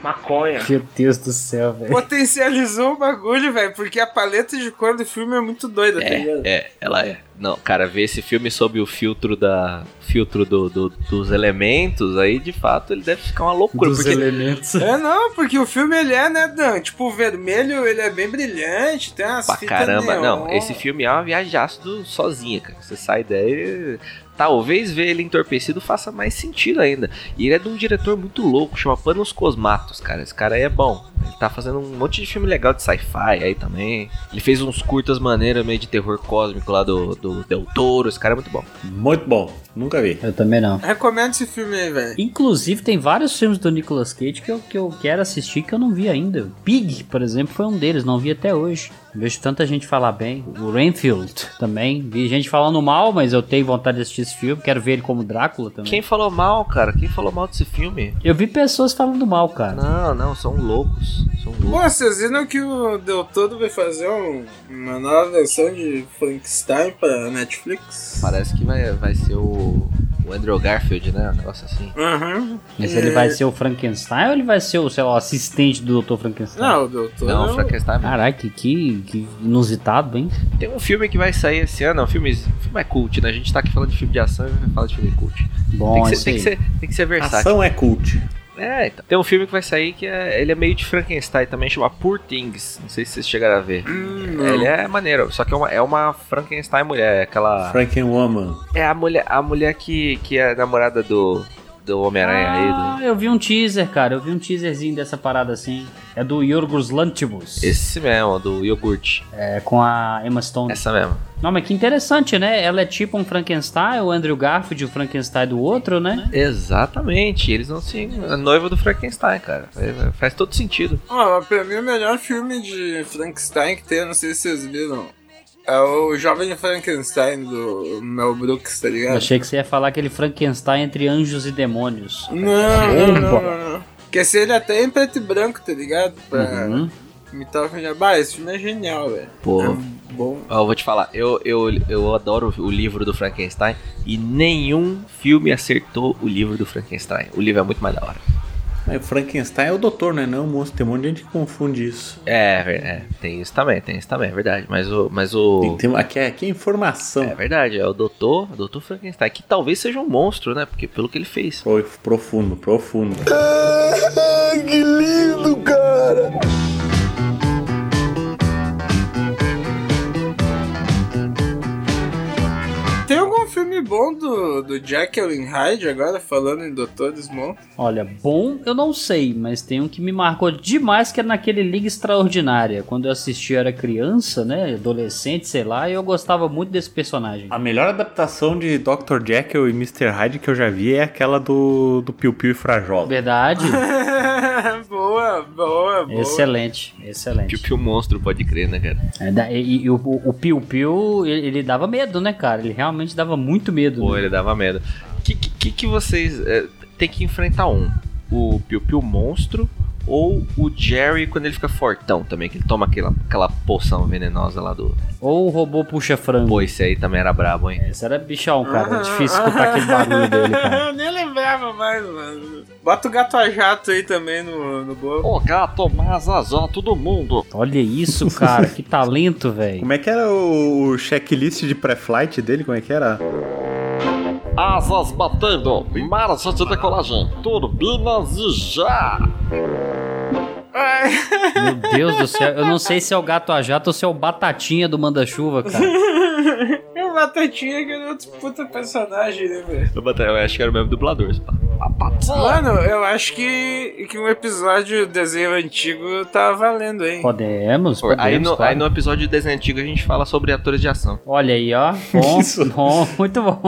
K: Maconha.
B: Meu Deus do céu, velho.
D: Potencializou o bagulho, velho. Porque a paleta de cor do filme é muito doida, tá ligado?
E: É, é, ela é. Não, cara, ver esse filme sob o filtro da. filtro do- do- dos elementos, aí de fato ele deve ficar uma loucura.
B: Dos
E: porque
B: elementos.
D: É, não, porque o filme ele é, né, Dan? Tipo, o vermelho ele é bem brilhante, tem umas
E: pra
D: fitas
E: caramba.
D: neon.
E: Não, esse filme é uma viagem de ácido sozinha, cara. Você sai daí. Talvez ver ele entorpecido faça mais sentido ainda. E ele é de um diretor muito louco, chama Panos Cosmatos, cara. Esse cara aí é bom. Ele tá fazendo um monte de filme legal de sci-fi aí também. Ele fez uns curtas maneiras meio de terror cósmico lá do, do Del Toro. Esse cara é muito bom.
C: Muito bom. Nunca vi.
B: Eu também não.
D: Recomendo esse filme aí, velho.
B: Inclusive, tem vários filmes do Nicolas Cage que eu, que eu quero assistir que eu não vi ainda. Pig, por exemplo, foi um deles, não vi até hoje. Vejo tanta gente falar bem. O Renfield também. Vi gente falando mal, mas eu tenho vontade de assistir esse filme. Quero ver ele como Drácula também.
E: Quem falou mal, cara? Quem falou mal desse filme?
B: Eu vi pessoas falando mal, cara.
E: Não, não, são loucos. São
D: Pô,
E: loucos.
D: vocês viram que o Del Toro vai fazer um- uma nova versão de Frankenstein pra Netflix?
E: Parece que vai, vai ser o, o Andrew Garfield, né? Um negócio assim.
D: Uhum.
B: Mas ele
E: É.
B: vai ser o Frankenstein ou ele vai ser o, sei lá, o assistente do Dr. Frankenstein?
D: Não, o Del Toro. é um-
E: Não, Frankenstein mesmo.
B: Caraca, que, que, que inusitado, hein?
E: Tem um filme que vai sair esse ano, é um filme, filme é cult, né? A gente tá aqui falando de filme de ação e vai falar de filme cult.
B: Bom,
E: Tem que, ser,
B: isso
E: tem,
B: aí.
E: que ser, tem que ser versátil.
C: Ação é cult.
E: É, então. Tem um filme que vai sair que é, ele é meio de Frankenstein também, chama Poor Things. Não sei se vocês chegaram a ver.
D: Hum.
E: Ele é maneiro, só que é uma, é uma Frankenstein mulher, é aquela.
C: Frankenwoman.
E: É a mulher, a mulher que, que é namorada do, do Homem-Aranha aí.
B: Ah, eu vi um teaser, cara. Eu vi um teaserzinho dessa parada assim. É do Yorgos Lanthimos.
E: Do, esse mesmo, do iogurte.
B: É com a Emma Stone.
E: Essa mesmo.
B: Não, mas que interessante, né? Ela é tipo um Frankenstein, o Andrew Garfield, o Frankenstein do outro, né?
E: Exatamente, eles não se. A noiva do Frankenstein, cara. Faz- Faz todo sentido.
D: Ó, pra mim o melhor filme de Frankenstein que tem, eu não sei se vocês viram, é o Jovem Frankenstein do Mel Brooks, tá
B: Eu
D: ligado?
B: achei que você ia falar aquele Frankenstein entre anjos e demônios.
D: Não, não, não,
B: Opa.
D: não, não. Porque se ele é até em preto e branco, tá ligado? Pra
B: Uhum.
D: imitar o filme de... Bah, esse filme é genial, velho.
E: Pô.
D: É bom.
E: Ó, eu vou te falar, eu, eu, eu adoro o livro do Frankenstein e nenhum filme acertou o livro do Frankenstein. O livro é muito mais da hora.
C: Mas Frankenstein é o doutor, né? Não, é o monstro. Tem um monte de gente que confunde isso.
E: É, ver- é, tem isso também, tem isso também, é verdade. Mas o. Mas o...
C: Tem, aqui, é, aqui é informação.
E: É verdade, é o doutor, o doutor Frankenstein, que talvez seja um monstro, né? Porque pelo que ele fez.
C: Foi profundo, profundo.
A: que lindo, cara!
D: Tem algum filme bom do, do Jacqueline Hyde agora, falando em Doutores Monstros?
B: Olha, bom eu não sei, mas tem um que me marcou demais, que era naquele Liga Extraordinária. Quando eu assisti eu era criança, né? Adolescente, sei lá, e eu gostava muito desse personagem.
C: A melhor adaptação de Dr. Jekyll e Mr. Hyde que eu já vi é aquela do, do Piu Piu e Frajola.
B: Verdade?
D: boa, boa, boa.
B: excelente, excelente.
E: Piu Piu Tipo, Monstro, pode crer, né, cara?
B: É, da- e e o, o o Piu Piu, ele, ele dava medo, né, cara? Ele realmente dava muito medo.
E: Pô,
B: né?
E: ele dava medo. O que, que, que- que vocês é, tem que enfrentar um? O Piu Piu Monstro ou o Jerry quando ele fica fortão também, que ele toma aquela, aquela poção venenosa lá do.
B: Ou o robô puxa frango.
E: Pô, esse aí também era brabo, hein?
B: Esse era bichão, cara. É difícil escutar aquele barulho dele, é cara.
D: Eu nem lembrava mais, mano. Bota o gato a jato aí também no, no bolo.
E: Ô gato, mas azona todo mundo.
B: Olha isso, cara. Que talento, velho.
C: Como é que era o o checklist de pré-flight dele? Como é que era?
E: Asas batendo, marcha de decolagem, turbinas e já!
D: Ai,
B: Meu Deus do céu. Eu não sei se é o gato a jato ou se é o batatinha do manda-chuva, cara.
D: o Batatinha que era outro puta personagem, né, velho?
E: Eu, botei- eu acho que era o mesmo dublador. esse pá.
D: Mano, eu acho que, que um episódio desenho antigo tá valendo, hein?
B: Podemos, podemos.
E: aí, no,
B: claro.
E: aí no episódio de desenho antigo a gente fala sobre atores de ação.
B: Olha aí, ó. Bom,
C: Isso.
B: bom, muito bom.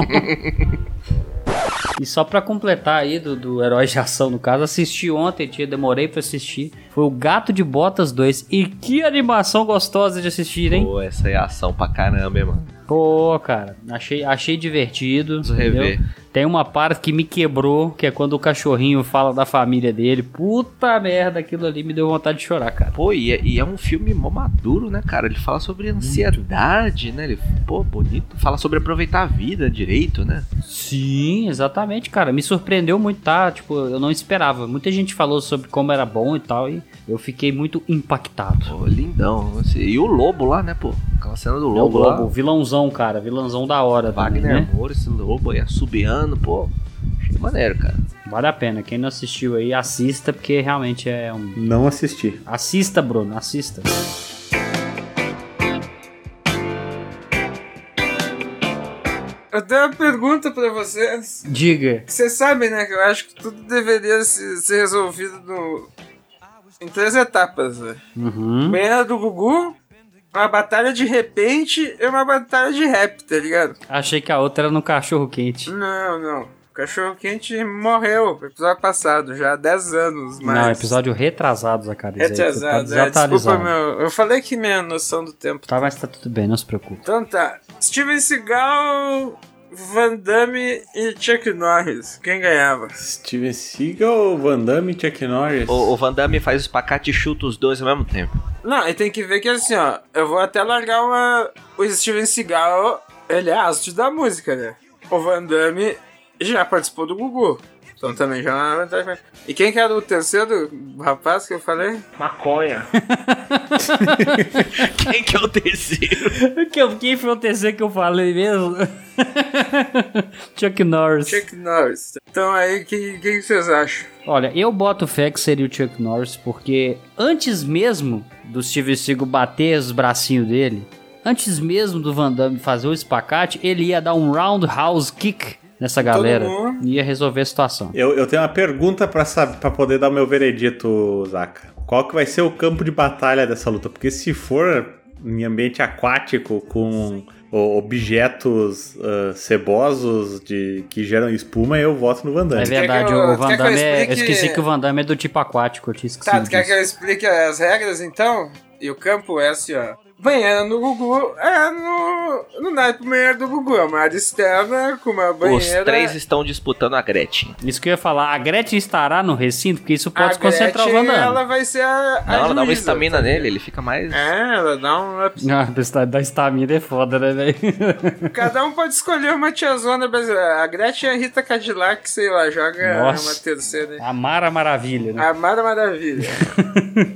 B: E só pra completar aí do, do Herói de Ação, no caso, assisti ontem, tia, demorei pra assistir. Foi o Gato de Botas 2. E que animação gostosa de assistir, hein?
E: Pô, essa é ação pra caramba, hein, mano.
B: Pô, cara, achei, achei divertido.
E: Preciso rever.
B: entendeu? Tem uma parte que me quebrou, que é quando o cachorrinho fala da família dele. Puta merda, aquilo ali me deu vontade de chorar, cara.
E: Pô, e é, e é um filme mó maduro, né, cara? Ele fala sobre ansiedade, né? Ele, pô, bonito. Fala sobre aproveitar a vida direito, né?
B: Sim, exatamente, cara. Me surpreendeu muito, tá? Tipo, eu não esperava. Muita gente falou sobre como era bom e tal, e eu fiquei muito impactado.
E: Pô, lindão. Esse- E o lobo lá, né, pô? Aquela cena do
B: É o
E: lobo,
B: Lobo,
E: lá.
B: vilãozão, cara. Vilãozão da hora
E: Wagner
B: também, né?
E: Moura, esse lobo aí, assobiando, pô. Achei maneiro, cara.
B: Vale a pena. Quem não assistiu aí, assista, porque realmente é um...
C: Não assisti.
B: Assista, Bruno, assista.
D: Eu tenho uma pergunta pra vocês.
B: Diga.
D: Vocês sabem, né, que eu acho que tudo deveria se- ser resolvido no... em três etapas, velho.
B: Uhum.
D: Banheira do Gugu, uma batalha de repente e uma batalha de rap, tá ligado?
B: Achei que a outra era no cachorro quente.
D: Não, não. O cachorro quente morreu no episódio passado, já há 10 anos, mas.
B: Não, é episódio retrasados, a cara.
D: Retrasado,
B: tá
D: é, desculpa,
B: desatualizado.
D: meu. Eu falei que minha noção do tempo.
B: Tá, mas tá tudo bem, não se preocupe.
D: Então tá. Steven Seagal, Van Damme e Chuck Norris. Quem ganhava?
C: Steven Seagal, Van Damme e Chuck Norris.
E: O, o Van Damme faz os pacates e chuta os dois ao mesmo tempo.
D: Não, e tem que ver que assim, ó, eu vou até largar uma. O Steven Seagal, ele é astro da música, né? O Van Damme já participou do Gugu. Então também já é uma vantagem. E quem que era o terceiro rapaz que eu falei?
K: Maconha.
E: Quem que é o terceiro?
B: que eu, quem foi o terceiro que eu falei mesmo? Chuck Norris.
D: Chuck Norris. Então aí, o que, que vocês acham?
B: Olha, eu boto fé que seria o Chuck Norris, porque antes mesmo do Steven Seagal bater os bracinhos dele, antes mesmo do Van Damme fazer o espacate, ele ia dar um roundhouse kick nessa galera
D: mundo.
B: e ia resolver a situação.
C: Eu, eu tenho uma pergunta pra, sab- pra poder dar o meu veredito, Zaka. Qual que vai ser o campo de batalha dessa luta? Porque se for em ambiente aquático, com o- objetos ah, cebosos de, que geram espuma, eu voto no Van
B: É
C: Damme.
B: verdade,
D: Quer que eu-
B: o Van
D: quer que eu
B: Damme é. Eu
D: explique-
B: esqueci que o Van Damme é do tipo aquático, eu tinha esquecido.
D: Tá, tu quer
B: disso.
D: que eu explique as regras então? E o campo é assim, ó. banheiro no Gugu é no, no naipe do banheiro do Gugu. É uma área externa com uma banheira.
E: Os três estão disputando a Gretchen.
B: Isso que eu ia falar, a Gretchen estará no recinto, porque isso pode
D: A
B: se concentrar
D: Gretchen,
B: o Wanda.
D: Ela vai ser a.
E: Não,
D: a
E: ela dá uma
D: juíza,
E: estamina
D: tá ligado?
E: nele, ele fica mais.
D: É, ela dá um up
B: Ah, da esta- da estamina é foda, né, velho?
D: Cada um pode escolher uma tiazona brasileira. A Gretchen e a Rita Cadillac, sei lá, joga
B: Nossa.
D: uma terceira.
B: A Mara Maravilha, né?
D: A Mara Maravilha.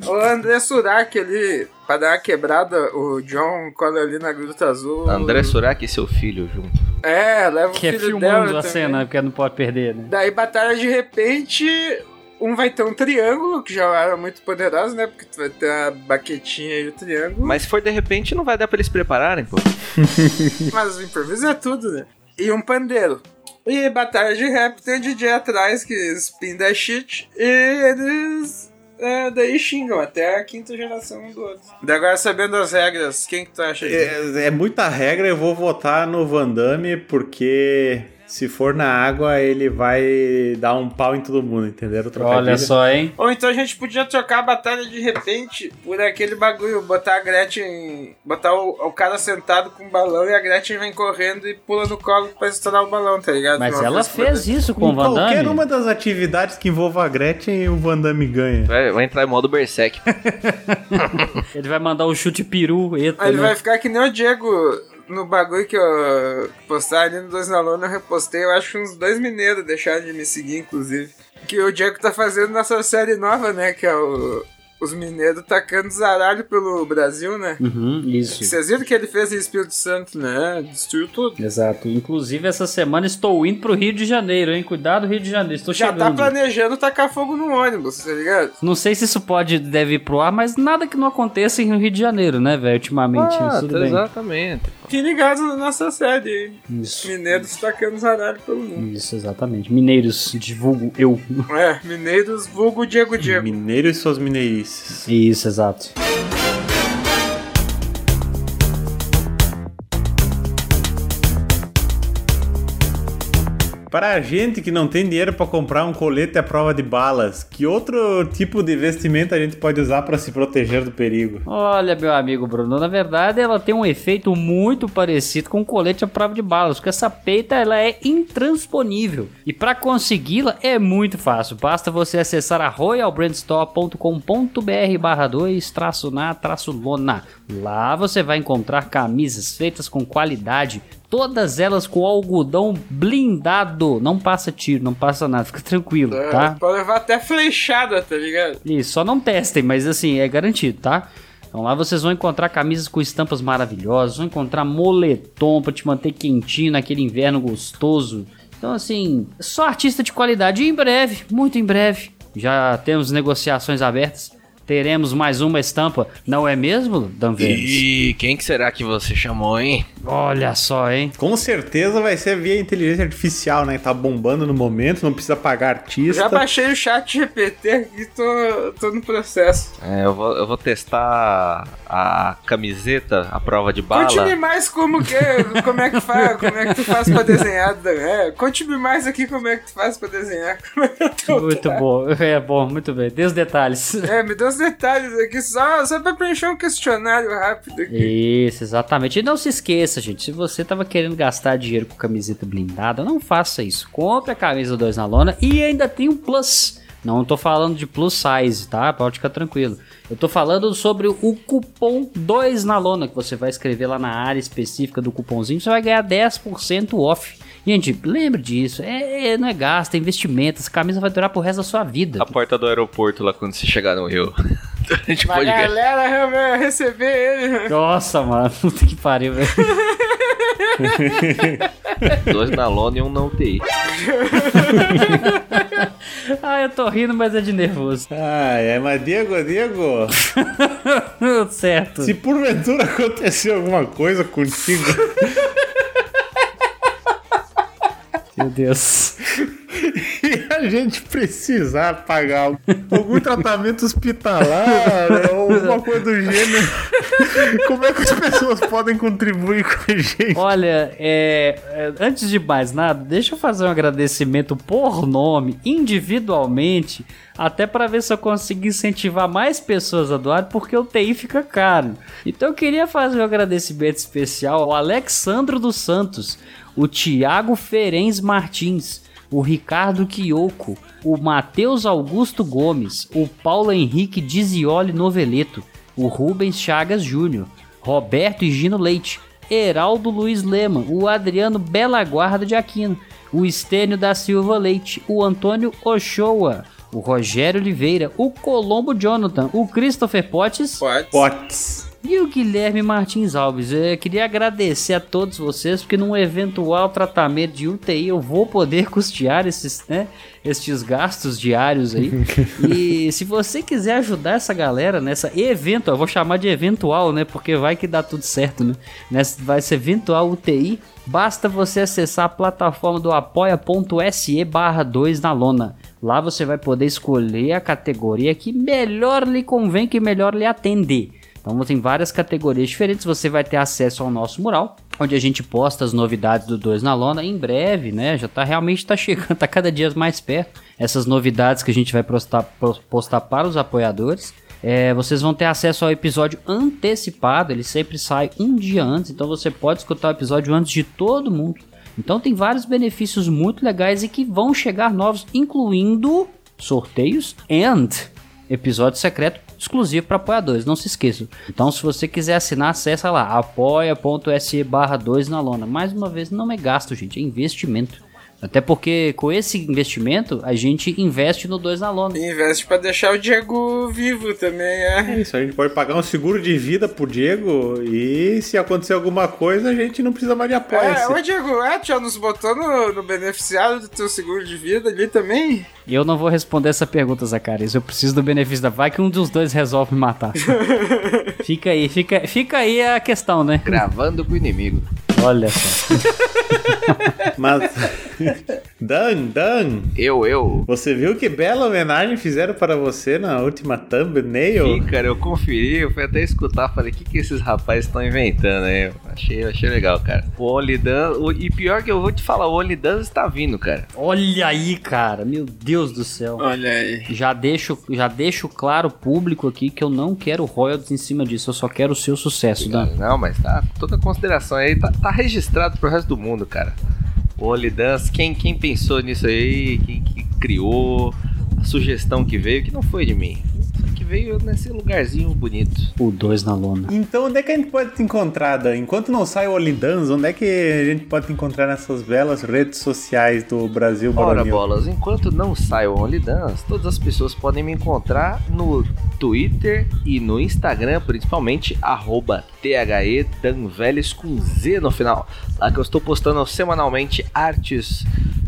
D: o André Surak ali, pra dar uma quebrada, o John cola ali na Gruta Azul.
E: André Surak e seu filho junto.
D: É, leva o
B: Que é
D: filho dela
B: filmando a
D: também.
B: cena, porque não pode perder, né?
D: Daí, batalha de repente, um vai ter um triângulo, que já era muito poderoso, né? Porque tu vai ter a baquetinha e o triângulo.
E: Mas se for de repente, não vai dar pra eles prepararem, pô.
D: Mas o improviso é tudo, né? E um pandeiro. E batalha de rap tem o DJ atrás que spin da shit. E eles. é, daí xingam até a quinta geração um do outro. Daí agora sabendo as regras, quem que tu acha aí?
C: É, é muita regra, eu vou votar no Van Damme, porque se for na água, ele vai dar um pau em todo mundo, entenderam? o trocadilho?
B: Olha só, hein?
D: Ou então a gente podia trocar a batalha de repente por aquele bagulho, botar a Gretchen. botar o, o cara sentado com o balão e a Gretchen vem correndo e pula no colo pra estourar o balão, tá ligado?
B: Mas
D: Uma
B: ela
D: vez por
B: fez isso com
C: Em
B: o Van
C: qualquer
B: Damme.
C: uma das atividades que envolva a Gretchen, o Van Damme ganha.
E: Vai, vai entrar em modo Berserk.
B: Ele vai mandar o chute peru,
D: Aí
B: eta,
D: ele vai
B: né?
D: ficar que nem o Diego no bagulho que eu postar ali no Dois na Lona, eu repostei, eu acho que uns dois mineiros deixaram de me seguir, inclusive. Que o Diego tá fazendo nessa série nova, né? Que é o, os mineiros tacando zaralho pelo Brasil, né?
B: Uhum, isso.
D: Vocês viram que ele fez em Espírito Santo, né? Destruiu tudo.
B: Exato. Inclusive, essa semana estou indo pro Rio de Janeiro, hein? Cuidado, Rio de Janeiro. Estou
D: Já tá
B: chegando.
D: planejando tacar fogo no ônibus, tá ligado?
B: Não sei se isso pode, deve ir pro ar, mas nada que não aconteça no Rio de Janeiro, né, velho? Ultimamente.
D: Ah,
B: mas tudo
E: tá-
B: bem.
E: exatamente.
D: Fiquem ligados na nossa série, hein?
B: Isso.
D: Mineiros tacando zaralho pelo mundo.
B: Isso, exatamente. Mineiros, divulgo eu.
D: É, mineiros vulgo Diego Diego.
C: Mineiro e suas mineirices.
B: Isso, exato.
C: Para a gente que não tem dinheiro para comprar um colete à prova de balas, que outro tipo de vestimenta a gente pode usar para se proteger do perigo?
B: Olha, meu amigo Bruno, na verdade ela tem um efeito muito parecido com um colete à prova de balas, porque essa peita ela é intransponível. E para consegui-la é muito fácil, basta você acessar a royalbrandstore.com.br barra 2 traço na traço lona. Lá você vai encontrar camisas feitas com qualidade, todas elas com algodão blindado, não passa tiro, não passa nada, fica tranquilo,
D: É,
B: tá?
D: Pode levar até flechada, tá ligado?
B: Isso, só não testem, mas assim, é garantido, tá? Então lá vocês vão encontrar camisas com estampas maravilhosas, vão encontrar moletom pra te manter quentinho naquele inverno gostoso. Então assim, só artista de qualidade. E em breve, muito em breve, já temos negociações abertas. Teremos mais uma estampa, não é mesmo, Dan Vênus?
E: E quem que será que você chamou, hein?
B: Olha só, hein?
C: Com certeza vai ser via inteligência artificial, né? Tá bombando no momento, não precisa pagar
D: Eu
C: artista.
D: já baixei o chat GPT aqui, tô, tô no processo.
E: É, eu vou, eu vou testar a camiseta, a prova de bala.
D: Conte-me mais como que, como é que faz, como é que tu faz pra desenhar, Dan. É, conte-me mais aqui como é que tu faz pra desenhar. Como é que eu tô-
B: Muito bom, é bom, muito bem. Dê os detalhes.
D: É, me dê os detalhes aqui, só, só pra preencher um questionário rápido aqui.
B: Isso, exatamente. E não se esqueça, gente, se você tava querendo gastar dinheiro com camiseta blindada, não faça isso. Compre a camisa 2 na lona e ainda tem um plus. Não tô falando de plus size, tá? Pode ficar tranquilo. Eu tô falando sobre o cupom 2 na lona, que você vai escrever lá na área específica do cupomzinho, você vai ganhar 10% off. Gente, lembre disso, é, é- não é gasto, é investimento, essa camisa vai durar pro resto da sua vida.
E: A porta do aeroporto lá quando você chegar no Rio. A gente
D: Mas
E: pode
D: a
E: ver.
D: galera realmente receber ele. né?
B: Nossa, mano, puta que pariu, velho.
E: Dois na lona e um na UTI.
B: Ah, eu tô rindo, mas é de nervoso.
C: Ah, é, mas Diego, Diego,
B: certo.
C: se porventura acontecer alguma coisa contigo,
B: Meu Deus.
C: e a a gente precisar pagar algum tratamento hospitalar ou alguma coisa do gênero, como é que as pessoas podem contribuir com a gente?
B: Olha, é, é, antes de mais nada, deixa eu fazer um agradecimento por nome, individualmente, até para ver se eu consigo incentivar mais pessoas a doar, porque o TI fica caro. Então eu queria fazer um agradecimento especial ao Alexandro dos Santos, o Tiago Ferens Martins, o Ricardo Quioco, o Matheus Augusto Gomes, o Paulo Henrique Dizioli Noveleto, o Rubens Chagas Júnior, Roberto e Gino Leite, Heraldo Luiz Lema, o Adriano Bela Guarda de Aquino, o Estênio da Silva Leite, o Antônio Ochoa, o Rogério Oliveira, o Colombo Jonathan, o Christopher Potts,
C: Potes.
B: e o Guilherme Martins Alves. Eu queria agradecer a todos vocês, porque num eventual tratamento de UTI eu vou poder custear esses, né, estes gastos diários aí. e se você quiser ajudar essa galera nessa eventual, eu vou chamar de eventual, né, porque vai que dá tudo certo, né? Nessa, vai ser eventual UTI. Basta você acessar a plataforma do apoia.se barra 2 na lona. Lá você vai poder escolher a categoria que melhor lhe convém, que melhor lhe atender. Então tem várias categorias diferentes, você vai ter acesso ao nosso mural, onde a gente posta as novidades do 2 na lona em breve, né? Já tá realmente tá chegando, tá cada dia mais perto. Essas novidades que a gente vai postar, postar para os apoiadores. É, vocês vão ter acesso ao episódio antecipado, ele sempre sai um dia antes, então você pode escutar o episódio antes de todo mundo. Então tem vários benefícios muito legais e que vão chegar novos, incluindo sorteios and episódio secreto exclusivo para apoiadores, não se esqueçam. Então, se você quiser assinar, acessa lá apoia.se barra 2 na lona. Mais uma vez, não é gasto, gente, é investimento. Até porque com esse investimento, a gente investe no 2 na lona.
D: Investe pra deixar o Diego vivo também, é.
C: Isso, a gente pode pagar um seguro de vida pro Diego e se acontecer alguma coisa, a gente não precisa mais de apoio.
D: É, ô Diego, é, já nos botou no, no beneficiário do teu seguro de vida ali também?
B: E eu não vou responder essa pergunta, Zacarias. Eu preciso do benefício da vai que um dos dois resolve me matar. fica aí, fica, fica aí a questão, né?
E: Gravando com o inimigo.
B: Olha só.
C: Mas. Dan, Dan,
E: Eu, eu.
C: você viu que bela homenagem fizeram para você na última thumbnail?
E: Sim, cara, eu conferi, eu fui até escutar, falei, o que, que esses rapazes estão inventando aí? Eu Achei, achei legal, cara. O Olidan, o- e pior que eu vou te falar, o Olidan está vindo, cara.
B: Olha aí, cara. Meu Deus do céu.
D: Olha aí.
B: Já deixo, já deixo claro público aqui que eu não quero royalties em cima disso. Eu só quero o seu sucesso, Dan.
E: Não, mas tá toda a consideração aí, tá, tá registrado pro resto do mundo, cara. O Olidance, quem, quem pensou nisso aí, quem que criou, a sugestão que veio, que não foi de mim. Só que veio nesse lugarzinho bonito.
B: O 2 na lona.
C: Então, onde é que a gente pode te encontrar, Dan? Enquanto não sai o Olidans, onde é que a gente pode te encontrar nessas belas redes sociais do Brasil
E: Ora
C: Baronil?
E: bolas, enquanto não sai o OnlyDance, todas as pessoas podem me encontrar no Twitter e no Instagram, principalmente, arroba THEDanveles com Z no final. Lá que eu estou postando semanalmente artes,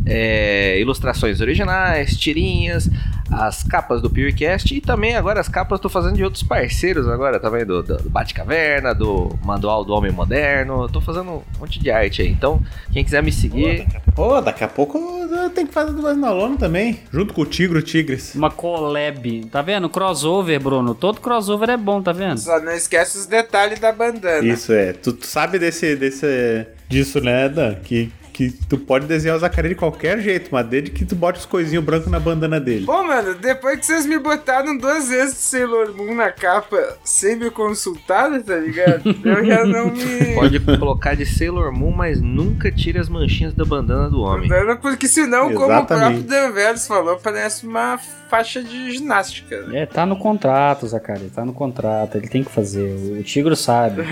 E: é, ilustrações originais, tirinhas, as capas do Purecast e também agora as capas estou fazendo de outros parceiros agora, também do, do, do Bate-Caverna, do Manual do Homem Moderno, estou fazendo um monte de arte aí, então quem quiser me seguir...
C: Ô, daqui a pouco eu tenho que fazer do Brasil na Lona também, junto com o Tigre o Tigres.
B: Uma collab. Tá vendo? Crossover, Bruno. Todo crossover é bom, tá vendo?
D: Só não esquece os detalhes da bandana.
C: Isso é. Tu, tu sabe desse, desse. disso, né, Dan? Que, que tu pode desenhar o Zacarias de qualquer jeito, mas desde que tu bote os coisinhos brancos na bandana dele.
D: Pô, mano, depois que vocês me botaram duas vezes de Sailor Moon na capa sem me consultar, tá ligado? Eu já não me.
E: Pode colocar de Sailor Moon, mas nunca tire as manchinhas da bandana do homem.
D: Bandana, Porque senão, como o próprio
C: Exatamente.
D: Dan Veles falou, parece uma faixa de ginástica. né?
B: É, tá no contrato, Zacari. Tá no contrato. Ele tem que fazer. O Tigro sabe.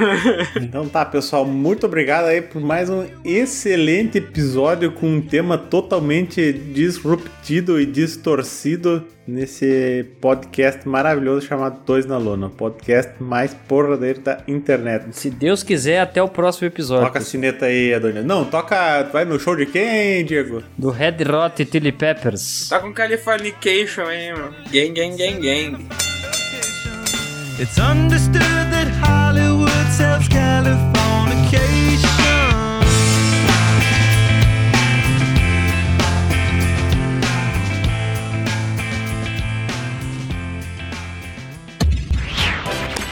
C: Então tá, pessoal, muito obrigado aí por mais um excelente episódio com um tema totalmente disruptido e distorcido nesse podcast maravilhoso chamado Dois na Lona, o podcast mais porradeiro da internet.
B: Se Deus quiser, até o próximo episódio.
C: Toca a sineta aí, Adonis. Não, toca. Vai no show de quem, Diego?
B: Do Red Hot Chili Peppers.
D: Tá com Californication aí, mano. Gang, gang, gang, gang.
L: It's understood that Hollywood sells Californication.